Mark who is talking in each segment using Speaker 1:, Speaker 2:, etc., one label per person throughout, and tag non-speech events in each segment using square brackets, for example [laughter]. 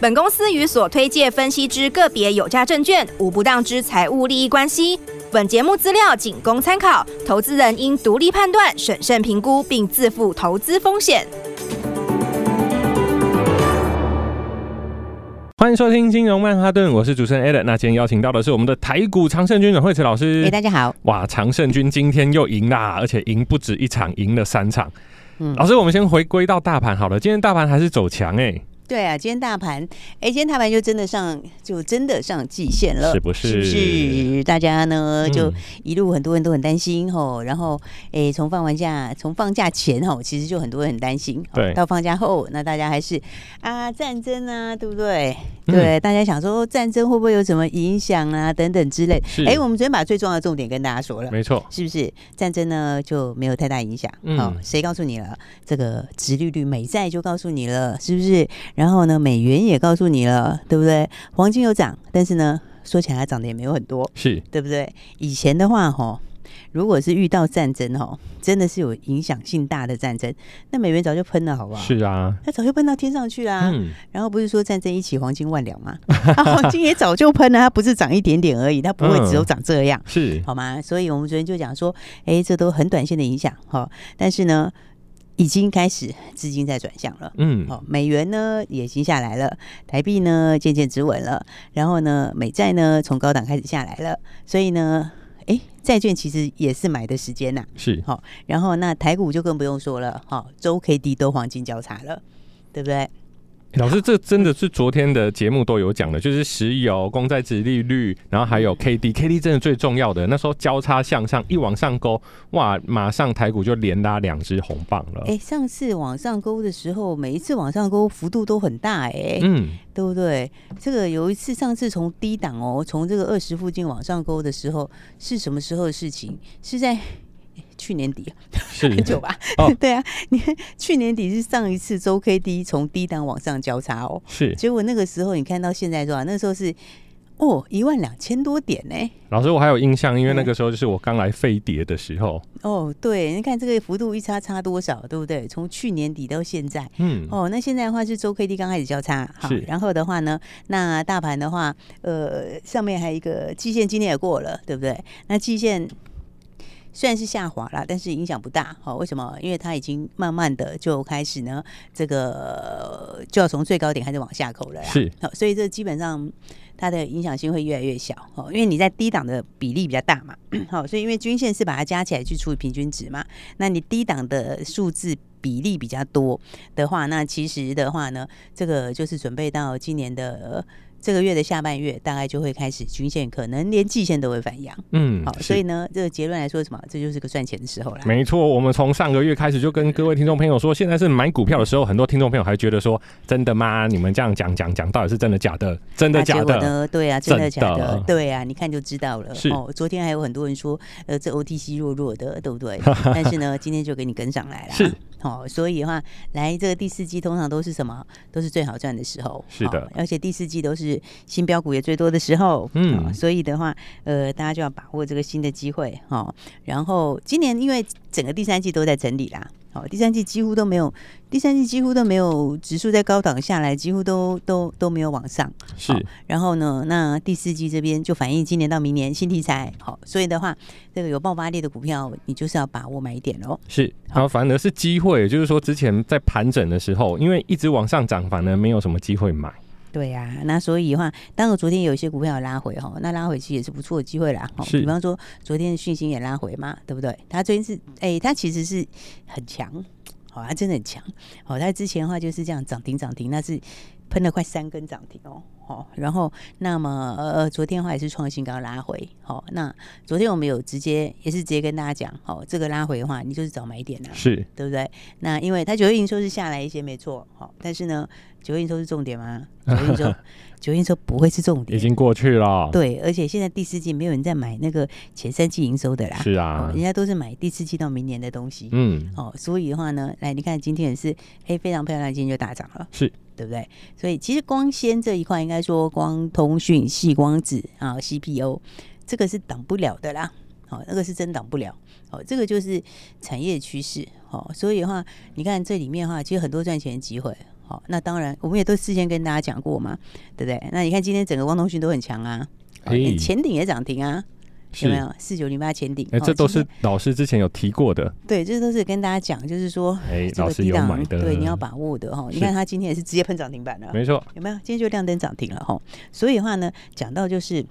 Speaker 1: 本公司与所推介分析之个别有价证券无不当之财务利益关系。本节目资料仅供参考，投资人应独立判断、审慎评估，并自负投资风险。
Speaker 2: 欢迎收听金融曼哈顿，我是主持人 Adam。那今天邀请到的是我们的台股常胜军阮惠慈老师。
Speaker 3: 哎、大家好，
Speaker 2: 哇，常胜军今天又赢啦，而且赢不止一场，赢了三场。
Speaker 3: 嗯
Speaker 2: 老师，我们先回归到大盘好了，今天大盘还是走强哎、
Speaker 3: 对啊，今天大盘，哎、今天大盘就真的上，就真的上季线了，
Speaker 2: 是不是
Speaker 3: 不是？大家呢，
Speaker 2: 嗯
Speaker 3: 呃就一路很多人都很担心吼，然后，哎、从放完假，从放假前吼，其实就很多人很担心，吼
Speaker 2: 对
Speaker 3: 到放假后，那大家还是啊，战争啊，对不对？
Speaker 2: 嗯
Speaker 3: 对，大家想说战争会不会有什么影响啊，等等之类。
Speaker 2: 是
Speaker 3: 哎、我们昨天把最重要的重点跟大家说了。
Speaker 2: 没错，
Speaker 3: 是不是战争呢就没有太大影响？
Speaker 2: 嗯
Speaker 3: 哦，谁告诉你了？这个殖利率美债就告诉你了，是不是？然后呢，美元也告诉你了，对不对？黄金有涨，但是呢，说起来它涨得也没有很多，
Speaker 2: 是
Speaker 3: 对不对？以前的话，吼，如果是遇到战争，吼，真的是有影响性大的战争，那美元早就喷了，好不好？
Speaker 2: 是啊，
Speaker 3: 它早就喷到天上去啦、
Speaker 2: 嗯，
Speaker 3: 然后不是说战争一起黄金万两
Speaker 2: [laughs]
Speaker 3: 吗？ [laughs] 啊、黄金也早就喷了，它不是涨一点点而已，它不会只有涨这样。
Speaker 2: 是
Speaker 3: 好吗？所以我们昨天就讲说，哎，这都很短线的影响哈、哦，但是呢，已经开始资金在转向了。
Speaker 2: 嗯，
Speaker 3: 哦，美元呢也已经下来了，台币呢渐渐止稳了，然后呢，美债呢从高档开始下来了，所以呢，哎，债券其实也是买的时间呐、
Speaker 2: 是
Speaker 3: 然后那台股就更不用说了，哈、周 K D 都黄金交叉了，对不对？
Speaker 2: 老师，这真的是昨天的节目都有讲的，就是石油、公债值利率，然后还
Speaker 3: 嗯
Speaker 2: 有 K D，K D 真的最重要的。那时候交叉向上，一往上勾，哇，马上台股就连拉两只红棒了。
Speaker 3: 哎，上次往上勾的时候，每一次往上勾幅度都很大、哎、
Speaker 2: 嗯，
Speaker 3: [laughs] 对不对？这个有一次，上次从低档哦，从这个二十附近往上勾的时候，是什么时候的事情？是在哎去年底，
Speaker 2: 是
Speaker 3: 很久吧？
Speaker 2: 哦
Speaker 3: [laughs] 对啊，你看去年底是上一次周 K D 从低档往上交叉哦，
Speaker 2: 是。
Speaker 3: 结果那个时候你看到现在多少？那时候是哦一万两千多点呢、
Speaker 2: 老师，我还有印象，因为
Speaker 3: 嗯
Speaker 2: 那个时候就是我刚来飞碟的时候，
Speaker 3: 哦，对，你看这个幅度一差差多少，对不对？从去年底到现在。
Speaker 2: 嗯，
Speaker 3: 哦，那现在的话是周 K D 刚开始交叉，好
Speaker 2: 是，
Speaker 3: 然后的话呢，那大盘的话，呃，上面还有一个季线，今天也过了，对不对？那季线虽然是下滑啦，但是影响不大，好、为什么？因为它已经慢慢的就开始呢，这个就要从最高点开始往下扣了啦，
Speaker 2: 是，
Speaker 3: 好、所以这基本上它的影响性会越来越小，哦，因为你在低档的比例比较大嘛，好、所以因为均线是把它加起来去除以平均值嘛，那你低档的数字比例比较多的话，那其实的话呢，这个就是准备到今年的。呃这个月的下半月，大概就会开始均线，可能连季线都会反扬。
Speaker 2: 嗯，
Speaker 3: 好，
Speaker 2: 是
Speaker 3: 所以呢，这个结论来说，什么？这就是个赚钱的时候啦。
Speaker 2: 没错，我们从上个月开始就跟各位听众朋友说，现在是买股票的时候，很多听众朋友还觉得说，真的吗？你们这样讲讲讲，到底是真的假的？真的
Speaker 3: 啊
Speaker 2: 假
Speaker 3: 结果
Speaker 2: 的？
Speaker 3: 呢？对啊，真的
Speaker 2: 真
Speaker 3: 假
Speaker 2: 的
Speaker 3: 的？对啊，你看就知道了
Speaker 2: 是。
Speaker 3: 哦，昨天还有很多人说，呃，这 OTC 弱弱的，对
Speaker 2: [laughs]
Speaker 3: 不对？但是呢，今天就给你跟上来了。
Speaker 2: 是。
Speaker 3: 哦，所以的话，来这个第四季通常都是什么？都是最好赚的时候。
Speaker 2: 是的
Speaker 3: 哦而且第四季都是新标股也最多的时候。
Speaker 2: 嗯
Speaker 3: 哦所以的话，呃，大家就要把握这个新的机会哦。然后今年因为整个第三季都在整理啦。哦，第三季几乎都没有，第三季几乎都没有指数在高档下来，几乎都都都没有往上。
Speaker 2: 是
Speaker 3: 好然后呢，那第四季这边就反映今年到明年新题材，好，所以的话，这个有爆发力的股票，你就是要把握买一点喽。
Speaker 2: 是，然后反而是机会，就是说之前在盘整的时候，因为一直往上涨，反而没有什么机会买。
Speaker 3: 对呀、那所以的话，当然昨天有一些股票有拉回哈，那拉回其实也是不错的机会啦。哈
Speaker 2: 是
Speaker 3: 比方说昨天的讯息也拉回嘛，对不对？它最近是，哎、它其实是很强，好、它真的很强。好、它之前的话就是这样涨停涨停，那是喷了快三根涨停哦。哦，然后那么呃呃，昨天的话也是创新高拉回，好、那昨天我们有直接也是直接跟大家讲，哦，这个拉回的话，你就是找买点啊啦、
Speaker 2: 是
Speaker 3: 对不对？那因为它九月营收是下来一些没错，好、但是呢，九月营收是重点
Speaker 2: [laughs]
Speaker 3: 吗？九月营收，九月营收不会是重
Speaker 2: 已
Speaker 3: 点，
Speaker 2: 经过去了，，
Speaker 3: 对，而且现在第四季没有人在买那个前三季营收的啦，
Speaker 2: 是啊
Speaker 3: 哦人，家都是买第四季到明年的东西。
Speaker 2: 嗯，
Speaker 3: 哦，所以的话呢，来你看今天也是，哎、非常漂亮，今天就大涨了，
Speaker 2: 是
Speaker 3: 对不对？所以其实光纤这一块，应该说光通讯、细光子啊、CPU，这个是挡不了的啦。好、那个是真挡不了。好、这个就是产业趋势。好、所以的话，你看这里面的话，其实很多赚钱的机会。好、那当然我们也都事先跟大家讲过嘛，对不对？那你看今天整个光通讯都很强啊，哦
Speaker 2: 哎
Speaker 3: 前顶也涨停啊，有
Speaker 2: 是
Speaker 3: 没，有？四九零八前顶，
Speaker 2: 哎，
Speaker 3: 哦
Speaker 2: 这都
Speaker 3: 今天
Speaker 2: 是老师之前有提过的，
Speaker 3: 对，这都是跟大家讲，就是说，
Speaker 2: 哎
Speaker 3: 这
Speaker 2: 老
Speaker 3: 个
Speaker 2: 师
Speaker 3: 低
Speaker 2: 有
Speaker 3: 档
Speaker 2: 买的
Speaker 3: 对，你要把握的哈。你
Speaker 2: 是
Speaker 3: 看它今天也是直接喷涨停板了，
Speaker 2: 没错，
Speaker 3: 有没有？今天就亮灯涨停了哈。所以的话呢，讲到就是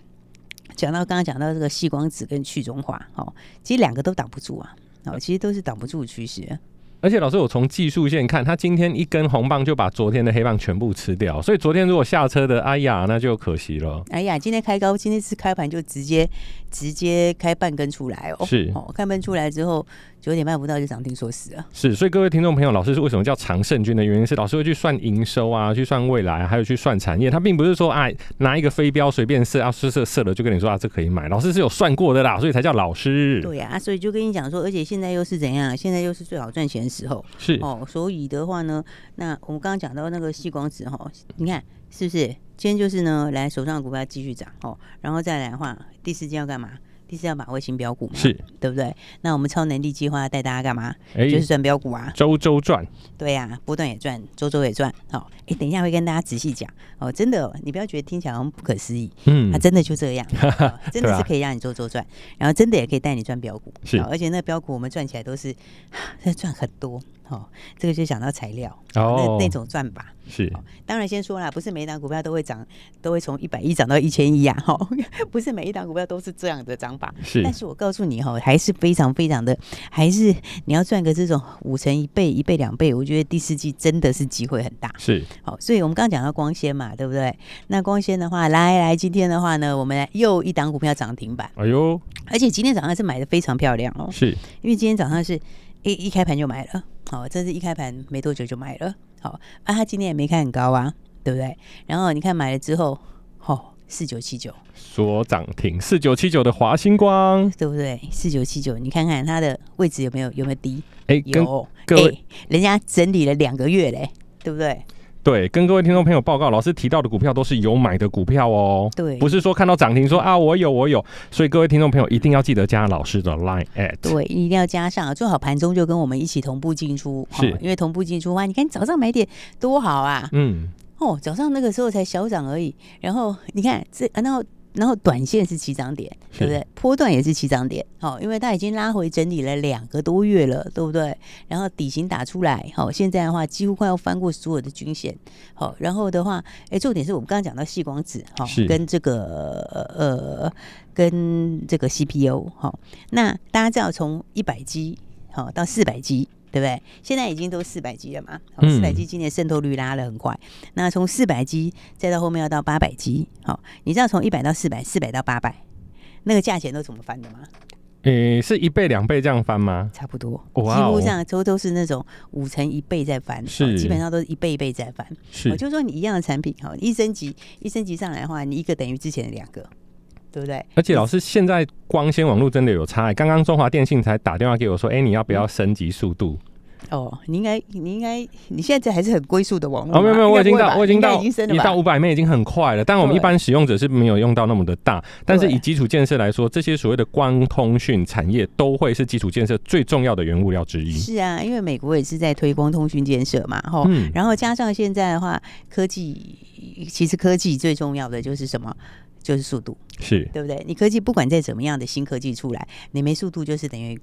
Speaker 3: 讲到刚刚讲到这个细光子跟去中化哦，其实两个都挡不住啊，哦，其实都是挡不住的趋势。
Speaker 2: 而且老师，我从技术线看，它今天一根红棒就把昨天的黑棒全部吃掉，所以昨天如果下车的，哎呀，那就可惜了。
Speaker 3: 哎呀，今天开高，今天是开盘就直接直接开半根出来哦，
Speaker 2: 是
Speaker 3: 哦，开半出来之后九点半不到就涨停锁死了。
Speaker 2: 是，所以各位听众朋友，老师是为什么叫常胜军的原因是，老师会去算营收啊，去算未来、啊，还有去算产业，他并不是说啊拿一个飞镖随便射啊射射射了就跟你说啊这可以买，老师是有算过的啦，所以才叫老师。
Speaker 3: 对呀、啊，所以就跟你讲说，而且现在又是怎样？现在又是最好赚钱的时候。
Speaker 2: 是
Speaker 3: 哦，所以的话呢，那我们刚刚讲到那个细光子哈、你看是不是？今天就是呢，来手上的股票继续涨哦，然后再来的话，第四季要干嘛？第四季要把握新标股嘛，
Speaker 2: 是，
Speaker 3: 对不对？那我们超能力计划带大家干嘛？
Speaker 2: 哎、
Speaker 3: 就是赚标股啊，
Speaker 2: 周周转，
Speaker 3: 对呀、波段也赚，周周也赚。好、哦，哎，等一下会跟大家仔细讲哦，真的哦、你不要觉得听起来好像不可思议，
Speaker 2: 嗯
Speaker 3: 啊，，真的就
Speaker 2: [laughs]
Speaker 3: 这样，哦真
Speaker 2: 对
Speaker 3: 的
Speaker 2: 啊
Speaker 3: 是可以让你周周赚，然后真的也可以带你赚标股，
Speaker 2: 是
Speaker 3: 哦而且那标股我们赚起来都是 [sighs] 这赚很多哦。这个就讲到材料
Speaker 2: 哦
Speaker 3: 那那种哦赚法。
Speaker 2: 是
Speaker 3: 当然先说啦，不是每一档股票都会涨，都会从一百一涨到一千一啊，哈、 [laughs] 不是每一档股票都是这样的涨法。
Speaker 2: 是
Speaker 3: 但是我告诉你哈、哦，还是非常非常的，还是你要赚个这种五成一倍、一倍两倍，我觉得第四季真的是机会很大。
Speaker 2: 是
Speaker 3: 好，所以我们刚刚讲到光纤嘛，对不对？那光纤的话，来来，今天的话呢，我们来又一档股票涨停板，
Speaker 2: 哎呦
Speaker 3: 而且今天早上是买的非常漂亮哦，
Speaker 2: 是
Speaker 3: 因为今天早上是一一开盘就买了，好、这是一开盘没多久就买了，好、啊，它今天也没开很高啊，对不对？然后你看买了之后，哦，四九七九，
Speaker 2: 所涨停四九七九的华星光，
Speaker 3: 对不对？四九七九，你看看它的位置有没有有没有低？
Speaker 2: 哎、跟
Speaker 3: 有，
Speaker 2: 各位
Speaker 3: 哎人家整理了两个月嘞，对不对？
Speaker 2: 对，跟各位听众朋友报告，老师提到的股票都是有买的股票哦。
Speaker 3: 对
Speaker 2: 不是说看到涨停说啊我有我有，所以各位听众朋友一定要记得加老师的 Line at。
Speaker 3: 对，一定要加上，啊最好盘中就跟我们一起同步进出，
Speaker 2: 是
Speaker 3: 因为同步进出哇，你看早上买点多好啊！
Speaker 2: 嗯，
Speaker 3: 哦，早上那个时候才小涨而已，然后你看这，啊然后然后短线是起涨点，
Speaker 2: 是
Speaker 3: 对不对？波段也是起涨点，哦，因为它已经拉回整理了两个多月了，对不对？然后底型打出来，好、哦，现在的话几乎快要翻过所有的均线，好、然后的话，哎，重点是我们刚刚讲到细光子，哈、
Speaker 2: 是
Speaker 3: 跟这个呃跟这个 CPU，哈、那大家知道从一百 G 好到四百 G。对不对？现在已经都四百 G 了嘛，好，四
Speaker 2: 嗯
Speaker 3: 百 G 今年渗透率拉得很快，那从四百 G 再到后面要到八百 G，好，你知道从一百到四百，四百到八百，那个价钱都怎么翻的吗？
Speaker 2: 诶，是一倍两倍这样翻吗？
Speaker 3: 差不多，
Speaker 2: 哇哦
Speaker 3: 几乎上都都是那种五成一倍在翻，
Speaker 2: 是
Speaker 3: 哦基本上都是一倍一倍在翻。我
Speaker 2: 是
Speaker 3: 就说你一样的产品，好，你一升级一升级上来的话，你一个等于之前的两个，对不对？
Speaker 2: 而且老师，现在光纤网络真的有差、刚刚中华电信才打电话给我说，哎、你要不要升级速度？
Speaker 3: 哦，你应该你应该你现在这还是很龟速的网络吧，
Speaker 2: 哦，没有没有，
Speaker 3: 应
Speaker 2: 我
Speaker 3: 该
Speaker 2: 已经
Speaker 3: 不会
Speaker 2: 到，
Speaker 3: 吧
Speaker 2: 我已经
Speaker 3: 应该
Speaker 2: 到，
Speaker 3: 已经升了
Speaker 2: 你到
Speaker 3: 吧？
Speaker 2: 五百枚已经很快了。但我们一
Speaker 3: 对
Speaker 2: 般使用者是没有用到那么的大。但是
Speaker 3: 对
Speaker 2: 以基础建设来说，这些所谓的光通讯产业都会是基础建设最重要的原物料之一。
Speaker 3: 是啊，因为美国也是在推光通讯建设嘛，吼，
Speaker 2: 嗯，
Speaker 3: 然后加上现在的话，科技其实科技最重要的就是什么？就是速度，
Speaker 2: 是
Speaker 3: 对不对？你科技不管再怎么样的新科技出来，你没速度就是等于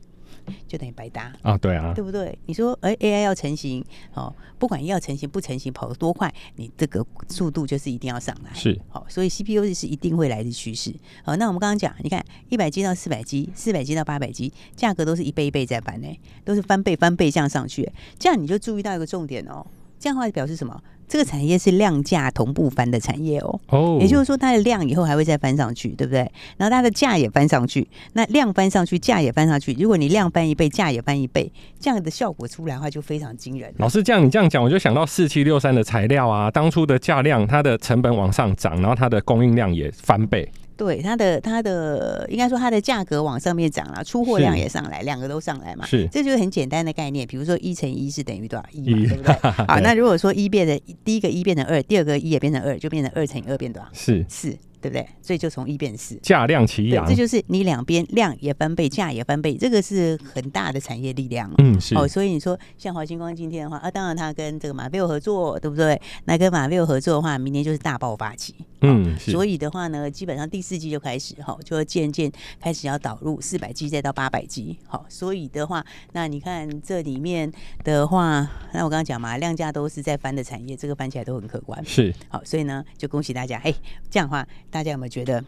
Speaker 3: 就等于白搭，
Speaker 2: 啊，对啊，
Speaker 3: 对不对？你说，哎，AI 要成型哦，不管要成型不成型，跑得多快，你这个速度就是一定要上来。
Speaker 2: 是
Speaker 3: 好、所以 CPU 是一定会来的趋势。好、那我们刚刚讲，你看一百 G 到四百 G，四百 G 到八百 G，价格都是一倍一倍在翻呢，都是翻倍翻倍这样上去。这样你就注意到一个重点哦，这样的话表示什么？这个产业是量价同步翻的产业哦，
Speaker 2: 哦，
Speaker 3: 也就是说它的量以后还会再翻上去，对不对？然后它的价也翻上去，那量翻上去，价也翻上去。如果你量翻一倍，价也翻一倍，这样的效果出来的话就非常惊人哦了。
Speaker 2: 老师这样你这样讲，我就想到四七六三的材料啊，当初的价量，它的成本往上涨，然后它的供应量也翻倍，
Speaker 3: 对它的它的应该说它的价格往上面涨了，出货量
Speaker 2: 是
Speaker 3: 也上来，两个都上来嘛。
Speaker 2: 是
Speaker 3: 这就是很简单的概念。比如说一乘一是等于多少一
Speaker 2: 一
Speaker 3: 嘛，对不
Speaker 2: [laughs]
Speaker 3: 对？好，
Speaker 2: 对
Speaker 3: 那如果说一变成第一个一变成二，第二个一也变成二，就变成二乘以二变多少？
Speaker 2: 是
Speaker 3: 四，对不对？所以就从一变四。
Speaker 2: 价量齐
Speaker 3: 对
Speaker 2: 扬，，
Speaker 3: 这就是你两边量也翻倍，价也翻倍，这个是很大的产业力量。
Speaker 2: 嗯是
Speaker 3: 哦，所以你说像华星光今天的话，啊，当然它跟这个马菲欧合作，对不对？那跟马菲欧合作的话，明年就是大爆发期。
Speaker 2: 嗯是，
Speaker 3: 所以的话呢，基本上第四季就开始哈，就会渐渐开始要导入四百 G 再到八百 G。好，所以的话，那你看这里面的话，那我刚刚讲嘛，量价都是在翻的产业，这个翻起来都很可观。
Speaker 2: 是
Speaker 3: 好，所以呢，就恭喜大家。嘿，哎这样的话，大家有没有觉得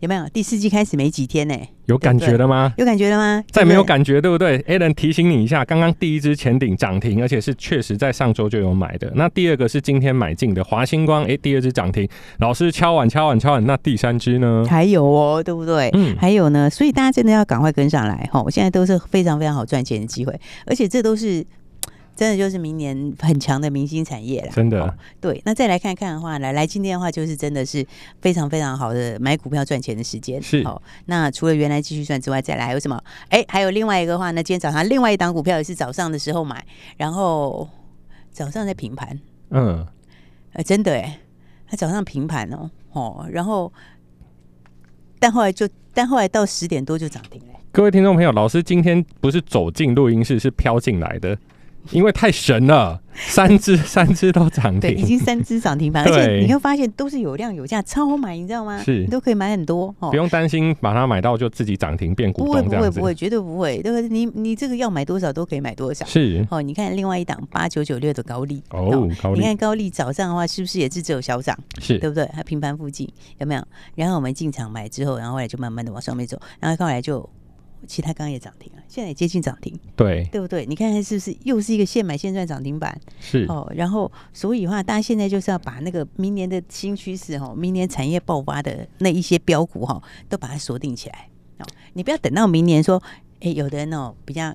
Speaker 3: 有没有第四季开始没几天呢、
Speaker 2: 有感觉了吗？
Speaker 3: 有感觉了吗？
Speaker 2: 再没有
Speaker 3: 对不对。
Speaker 2: 感觉，对不对？Alan 提醒你一下，刚刚第一只前顶涨停，而且是确实在上周就有买的。那第二个是今天买进的华星光，诶，第二只涨停。老师敲碗敲碗敲碗，那第三只
Speaker 3: [laughs]
Speaker 2: 呢？
Speaker 3: 还有哦，对不对？
Speaker 2: 嗯
Speaker 3: 还有呢，所以大家真的要赶快跟上来哈！现在都是非常非常好赚钱的机会，而且这都是真的就是明年很强的明星产业啦。
Speaker 2: 真
Speaker 3: 哦
Speaker 2: 的，
Speaker 3: 对，那再来看看的话，来来今天的话，就是真的是非常非常好的买股票赚钱的时间。
Speaker 2: 是
Speaker 3: 哦，那除了原来继续赚之外，再来还有什么？哎，还有另外一个话呢，今天早上另外一档股票也是早上的时候买，然后早上在平盘，
Speaker 2: 嗯，
Speaker 3: 呃，真的哎，它早上平盘哦，哦，然后但后来就但后来到十点多就涨停了。
Speaker 2: 各位听众朋友，老师今天不是走进录音室，是飘进来的，因为太神了， [laughs] 三
Speaker 3: [laughs]
Speaker 2: 只三只都涨
Speaker 3: 对，已
Speaker 2: 停，
Speaker 3: 经三只涨停
Speaker 2: [laughs]
Speaker 3: 板，而且
Speaker 2: 对
Speaker 3: 你会发现都是有量有价，超好买，你知道吗？
Speaker 2: 是
Speaker 3: 你都可以买很多哦
Speaker 2: 不。用担心把它买到就自己涨停变
Speaker 3: 不
Speaker 2: 股
Speaker 3: 会
Speaker 2: 东
Speaker 3: 不
Speaker 2: 这
Speaker 3: 会
Speaker 2: 样子
Speaker 3: 不。会，绝对不会，对不对？你你这个要买多少都可以买多少。
Speaker 2: 是
Speaker 3: 哦，你看另外一档八九九六的高利
Speaker 2: 哦，高
Speaker 3: 你
Speaker 2: 丽
Speaker 3: 看高利早上的话是不是也是只有小涨，
Speaker 2: 是
Speaker 3: 对不对？它平盘附近有没有？然后我们进场买之后，然后后来就慢慢的往上面走，然后后来就其他刚刚也涨停了，现在也接近涨停，
Speaker 2: 对
Speaker 3: 对不对？你看它是不是又是一个现买现赚涨停板？
Speaker 2: 是
Speaker 3: 哦，然后所以的话，大家现在就是要把那个明年的新趋势哈、哦，明年产业爆发的那一些标股哈、哦，都把它锁定起来哦。你不要等到明年说，哎，有的人哦比较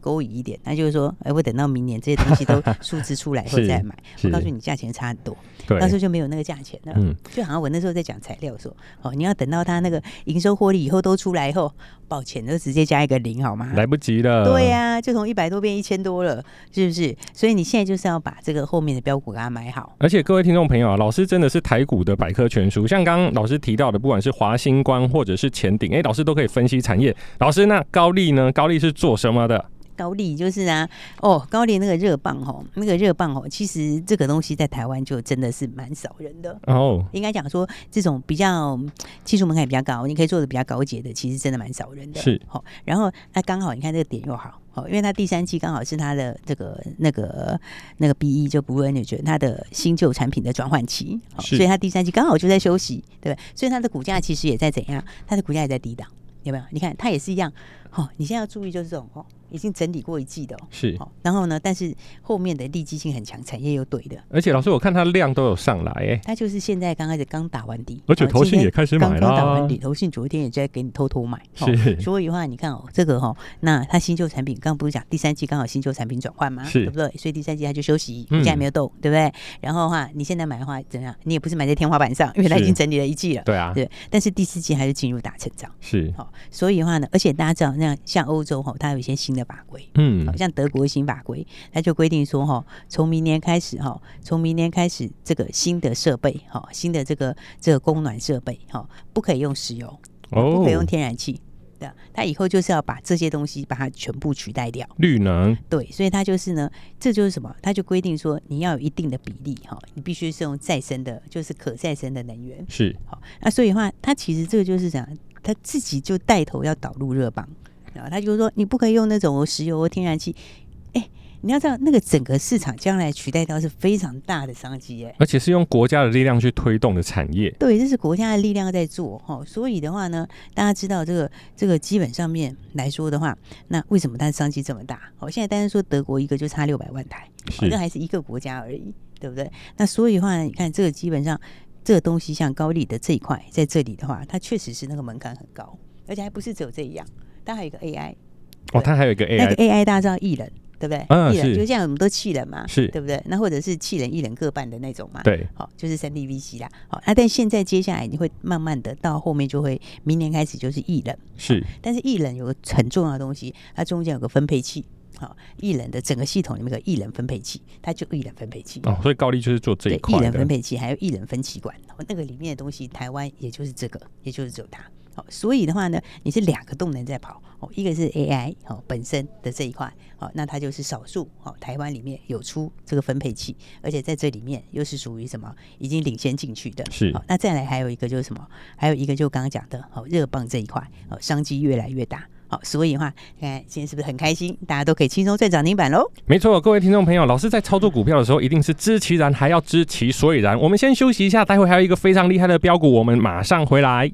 Speaker 3: 勾引一点，那就是说，哎，我等到明年这些东西
Speaker 2: [laughs]
Speaker 3: 都数字出来后
Speaker 2: 是
Speaker 3: 再买，我
Speaker 2: 是
Speaker 3: 告诉你价钱差很多，
Speaker 2: 对
Speaker 3: 到时候就没有那个价钱了。
Speaker 2: 嗯
Speaker 3: 就好像我那时候在讲材料说，哦，你要等到它那个营收获利以后都出来以后，抱歉，就直接加一个零好吗？
Speaker 2: 来不及了，
Speaker 3: 对呀、就从一百多变一千多了，是不是？所以你现在就是要把这个后面的标股给它买好。
Speaker 2: 而且各位听众朋友啊，老师真的是台股的百科全书，像刚刚老师提到的，不管是华星光或者是前顶，哎、老师都可以分析产业。老师，那高丽呢？高丽是做什么的？
Speaker 3: 高丽就是啊，哦，高丽那个热棒吼，那个热棒吼，其实这个东西在台湾就真的是蛮少人的。
Speaker 2: 哦，
Speaker 3: 应该讲说，这种比较嗯技术门槛比较高，你可以做的比较高阶的，其实真的蛮少人的。
Speaker 2: 是
Speaker 3: 好、然后那刚好你看这个点又好，好、因为它第三季刚好是它的这个那个那个 B E 就 Blue Energy 它的新旧产品的转换期，好、
Speaker 2: 是
Speaker 3: 所以它第三季刚好就在休息，对不对？所以它的股价其实也在怎样？它的股价也在低档，有没有？你看它也是一样，好、你现在要注意就是这种哦，已经整理过一季的哦。
Speaker 2: 是。
Speaker 3: 好然后呢？但是后面的利基性很强，产业又对的，
Speaker 2: 而且老师，我看它量都有上来、诶
Speaker 3: 它就是现在刚开始刚打完底，
Speaker 2: 而且
Speaker 3: 哦
Speaker 2: 投信
Speaker 3: 今天
Speaker 2: 也开始买
Speaker 3: 刚刚打
Speaker 2: 啦
Speaker 3: 完底，投信昨天也在给你偷偷买，哦
Speaker 2: 是
Speaker 3: 所以的话，你看哦，这个哈、哦，那它新旧产品，刚刚不是讲第三季刚好新旧产品转换吗？
Speaker 2: 是
Speaker 3: 对不对？所以第三季它就休息，
Speaker 2: 嗯
Speaker 3: 股价也没有动，对不对？然后的话，你现在买的话怎么样？你也不是买在天花板上，因为它已
Speaker 2: 是
Speaker 3: 经整理了一季了，
Speaker 2: 对啊，
Speaker 3: 对。但是第四季还是进入大成长，
Speaker 2: 是，
Speaker 3: 好、所以的话呢，而且大家知道，那像欧洲哈、哦，它有一些新的法规，
Speaker 2: 嗯
Speaker 3: 好，像德国新法规，它就规定说哈，从明年开始哈，从明年开始这个新的设备哈，新的这个这个供暖设备哈，不可以用石油，不
Speaker 2: 哦
Speaker 3: 可以用天然气。的，它以后就是要把这些东西把它全部取代掉，
Speaker 2: 绿能
Speaker 3: 对，所以它就是呢，这就是什么？它就规定说你要有一定的比例哈，你必须是用再生的，就是可再生的能源。
Speaker 2: 是
Speaker 3: 好，那所以的话，他其实这个就是讲他自己就啊带头要导入热棒，然后他就说你不可以用那种石油、天然气。哎，你要知道，那个整个市场将来取代掉是非常大的商机耶、
Speaker 2: 而且是用国家的力量去推动的产业。
Speaker 3: 对，这是国家的力量在做哈、所以的话呢，大家知道这个这个基本上面来说的话，那为什么它的商机这么大？哦，现在单单说德国一个就差六百万台，哦
Speaker 2: 是
Speaker 3: 那还是一个国家而已，对不对？那所以的话呢，你看这个基本上这个东西，像高丽的这一块，在这里的话，它确实是那个门槛很高，而且还不是只有这一样，它还有一个 AI，
Speaker 2: 哦，它还有一个
Speaker 3: 那个
Speaker 2: AI，
Speaker 3: AI 大家知道艺人对不对？
Speaker 2: 嗯
Speaker 3: 艺人
Speaker 2: 是
Speaker 3: 就像我们都气人嘛，
Speaker 2: 是
Speaker 3: 对不对？那或者是气人艺人各半的那种嘛，
Speaker 2: 对，
Speaker 3: 好、就是三 D VC 啦。好、那但现在接下来你会慢慢的到后面就会，明年开始就是艺人，
Speaker 2: 是
Speaker 3: 但是艺人有个很重要的东西，它中间有个分配器。好、艺人的整个系统里面有个艺人分配器，它就艺人分配器。
Speaker 2: 哦，所以高丽就是做这
Speaker 3: 啊对
Speaker 2: 一，块
Speaker 3: 艺人
Speaker 2: 的
Speaker 3: 分。配器还有艺人分歧管，哦那个里面的东西，台湾也就是这个，也就是只有它。好，所以的话呢，你是两个动能在跑哦，一个是 AI 哦本身的这一块，哦，那它就是少数哦，台湾里面有出这个分配器，而且在这里面又是属于什么已经领先进去的，哦
Speaker 2: 是
Speaker 3: 好，那再来还有一个就是什么？还有一个就刚刚讲的哦，热棒这一块哦，商机越来越大。好，所以的话，看今天是不是很开心？大家都可以轻松赚涨停板喽。
Speaker 2: 没错，各位听众朋友，老师在操作股票的时候，一定是知其然，还要知其所以然。我们先休息一下，待会还有一个非常厉害的标股，我们马上回来。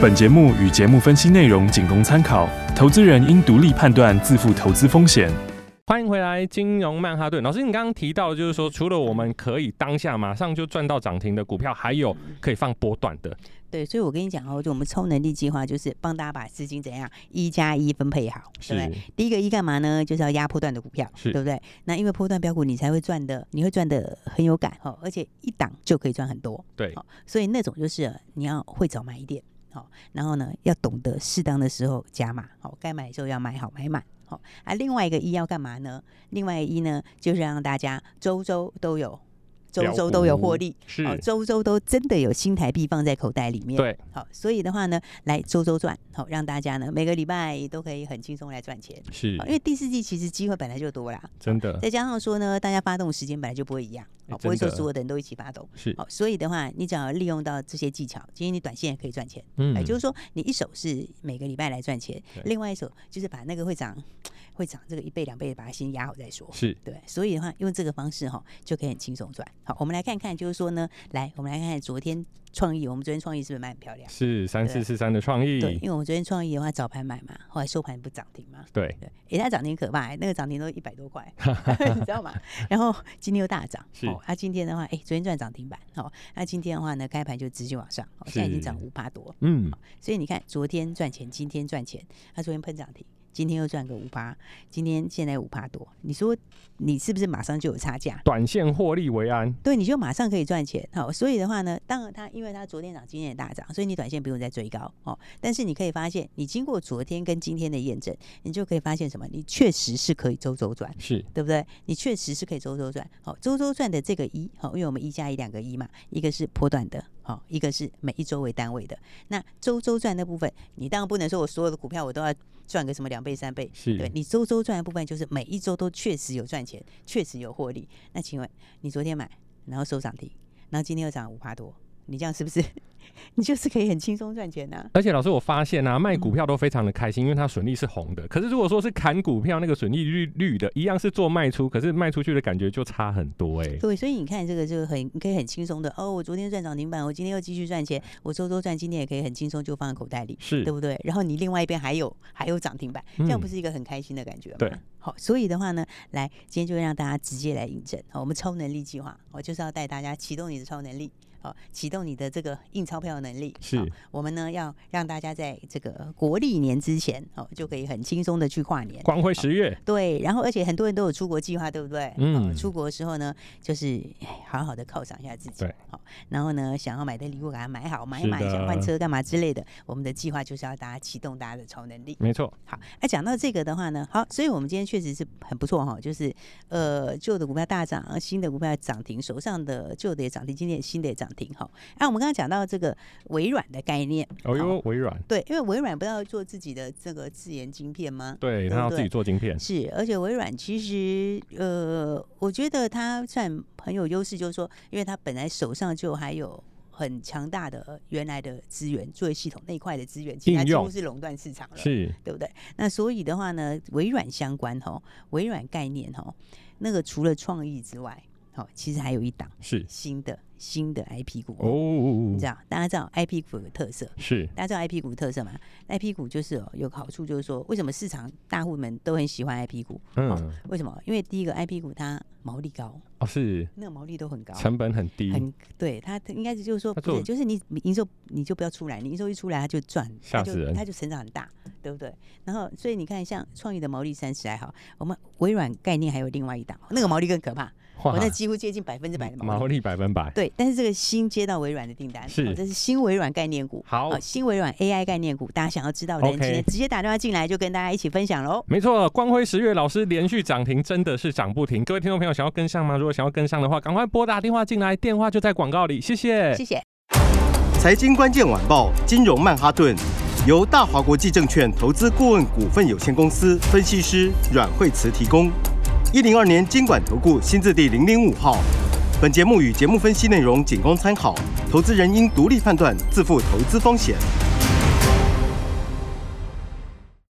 Speaker 4: 本节目与节目分析内容仅供参考，投资人应独立判断，自负投资风险。
Speaker 2: 欢迎回来，金融曼哈顿老师，你刚刚提到的就是说，除了我们可以当下马上就赚到涨停的股票，还有可以放波段的，
Speaker 3: 对，所以我跟你讲哦，就我们超能力计划就是帮大家把资金怎样一加一分配好，对不对？第一个一干嘛呢？就是要压波段的股票，
Speaker 2: 是
Speaker 3: 对不对？那因为波段标股你才会赚的，你会赚的很有感哦，而且一档就可以赚很多，
Speaker 2: 对
Speaker 3: 哦，所以那种就是呃你要会早买一点，好、然后呢要懂得适当的时候加码，好、该买的时候要买好买满。好、啊，另外一个一要干嘛呢？另外一个一呢，就是让大家周周都有，周
Speaker 2: 标
Speaker 3: 周都有
Speaker 2: 股
Speaker 3: 获利，
Speaker 2: 是
Speaker 3: 哦，周周都真的有新台币放在口袋里面。
Speaker 2: 对，
Speaker 3: 好，所以的话呢，来周周赚，好、让大家呢每个礼拜都可以很轻松来赚钱。
Speaker 2: 是
Speaker 3: 好哦因为哦第四季其实机会本来就多啦，
Speaker 2: 真的
Speaker 3: 再加上说呢，大家发动时间本来就不会一样，
Speaker 2: 哎
Speaker 3: 好不会说
Speaker 2: 真的
Speaker 3: 所有的人都一起发动。
Speaker 2: 是，
Speaker 3: 好，所以的话，你只要利用到这些技巧，其实你短线也可以赚钱。
Speaker 2: 嗯
Speaker 3: 哎，就是说你一手是每个礼拜来赚钱
Speaker 2: 对，
Speaker 3: 另外一手就是把那个会涨、会涨这个一倍两倍，把它先压好再说。
Speaker 2: 是
Speaker 3: 对，所以的话，用这个方式哈、就可以很轻松赚。好，我们来看看，就是说呢，来，我们来看看昨天创意，我们昨天创意是不是卖很漂亮？
Speaker 2: 是三四
Speaker 3: 对
Speaker 2: 四三的创
Speaker 3: 对，
Speaker 2: 意
Speaker 3: 因，为我们昨天创意的话，早盘买嘛，后来收盘不涨停嘛，
Speaker 2: 对，
Speaker 3: 对，诶，它涨停可怕、欸那个涨停都一百
Speaker 2: [laughs]
Speaker 3: 多块， [laughs] 你知道吗？然后今天又大涨，
Speaker 2: 是
Speaker 3: 哦，啊，今天的话，诶，昨天赚涨停板，哦，那、今天的话呢，开盘就直接往上，哦、现在已经涨
Speaker 2: 是
Speaker 3: 五八多，
Speaker 2: 嗯，
Speaker 3: 所以你看，昨天赚钱，今天赚钱，他、昨天喷涨停，今天又赚个五八，今天现在五八多，你说你是不是马上就有差价？
Speaker 2: 短线获利为安，
Speaker 3: 对，你就马上可以赚钱。好，所以的话呢，当然它因为它昨天涨，今天也大涨，所以你短线不用再追高哦。但是你可以发现，你经过昨天跟今天的验证，你就可以发现什么？你确实是可以周周赚。
Speaker 2: 是
Speaker 3: 对不对？你确实是可以周周赚，好、周周赚的这个一，好、因为我们一加一两个一嘛，一个是波段的，好、一个是每一周为单位的。那周周赚的部分，你当然不能说我所有的股票我都要赚个什么两倍三倍，
Speaker 2: 是
Speaker 3: 对你周周赚的部分就是每一周都确实有赚钱，确实有获利。那请问你昨天买，然后收涨停，然后今天又涨五趴多，你这样是不是？ [laughs] 你就是可以很轻松赚钱呐、啊
Speaker 2: 而且老师，我发现啊，卖
Speaker 3: 嗯
Speaker 2: 股票都非常的开心，因为它损益是红的。可是如果说是砍股票，那个损益率绿的，一样是做卖出，可是卖出去的感觉就差很多哎、
Speaker 3: 对，所以你看这个就很，你可以很轻松的哦。我昨天赚涨停板，我今天又继续赚钱，我周周赚，今天也可以很轻松就放在口袋里，
Speaker 2: 是
Speaker 3: 对不对？然后你另外一边还有还有涨停板，这样
Speaker 2: 嗯
Speaker 3: 不是一个很开心的感觉吗？
Speaker 2: 对。
Speaker 3: 好，所以的话呢，来今天就让大家直接来印证。好，我们超能力计划，我就是要带大家启动你的超能力，好，启动你的这个印钞票的能力。
Speaker 2: 是
Speaker 3: 好我们呢要让大家在这个国历年之前，哦，就可以很轻松的去跨年。
Speaker 2: 光辉十月
Speaker 3: 对，然后而且很多人都有出国计划，对不对？
Speaker 2: 嗯
Speaker 3: 嗯，出国的时候呢，就是哎好好的犒赏一下自己，
Speaker 2: 对，
Speaker 3: 好，然后呢，想要买的礼物给他买好，买一
Speaker 2: 是
Speaker 3: 买，想换
Speaker 2: 的
Speaker 3: 车干嘛之类的，我们的计划就是要大家启动大家的超能力。
Speaker 2: 没错，
Speaker 3: 好，那、讲到这个的话呢，好，所以我们今天确实是很不错哈，就是呃，旧的股票大涨，呃新的股票涨停，手上的旧的也涨停，今天新的也涨停哈。那、我们刚刚讲到这个微软的概念，
Speaker 2: 哦哟，微软，
Speaker 3: 对，因为微软不要做自己的这个自研晶片吗？
Speaker 2: 对，
Speaker 3: 对
Speaker 2: 它要
Speaker 3: 对
Speaker 2: 自己做晶片，
Speaker 3: 是，而且微软其实呃，我觉得它算很有优势，就是说，因为它本来手上就还有。很强大的原来的资源，作为系统那一块的资源，其实它
Speaker 2: 应
Speaker 3: 几
Speaker 2: 用
Speaker 3: 乎是垄断市场了。
Speaker 2: 是
Speaker 3: 对不对？那所以的话呢，微软相关吼，微软概念吼，那个除了创意之外，好，其实还有一档
Speaker 2: 是
Speaker 3: 新的新的 IP 股哦，
Speaker 2: 哦
Speaker 3: 你知，道，大家知道 IP 股有个特色。
Speaker 2: 是
Speaker 3: 大家知道 IP 股特色嘛？IP 股就是哦，有个好处就是说，为什么市场大户们都很喜欢 IP 股？
Speaker 2: 嗯
Speaker 3: 为什么？因为第一个 IP 股它毛利高，
Speaker 2: 哦是
Speaker 3: 那个毛利都很高，
Speaker 2: 成本很低，
Speaker 3: 很对它它应该是就是说
Speaker 2: 它
Speaker 3: 不
Speaker 2: 做
Speaker 3: 是，就是你你营收你就不要出来，你营收一出来它就赚，
Speaker 2: 吓
Speaker 3: 它
Speaker 2: 死
Speaker 3: 就
Speaker 2: 人
Speaker 3: 它就成长很大，对不对？然后所以你看，像创意的毛利三十还好，我们微软概念还有另外一档，那个毛利更可怕，
Speaker 2: [laughs]
Speaker 3: 我、
Speaker 2: 哇
Speaker 3: 那几乎接近百分之百的毛
Speaker 2: 毛
Speaker 3: 利。
Speaker 2: 利百分百，
Speaker 3: 对，但是这个新接到微软的订单，
Speaker 2: 是
Speaker 3: 哦这是新微软概念股，
Speaker 2: 好
Speaker 3: 哦新微软 AI 概念股，大家想要知道的人
Speaker 2: OK
Speaker 3: 今天直接打电话进来，就跟大家一起分享喽。
Speaker 2: 没错，光辉十月老师连续涨停，真的是涨不停。各位听众朋友，想要跟上吗？如果想要跟上的话，赶快拨打电话进来，电话就在广告里。谢谢。
Speaker 3: 谢谢。
Speaker 5: 财经关键晚报金融曼哈顿由大华国际证券投资顾问股份有限公司分析师阮惠慈提供。一零二年经管投顾新字第零零五号。本节目与节目分析内容仅供参考，投资人应独立判断，自负投资风险。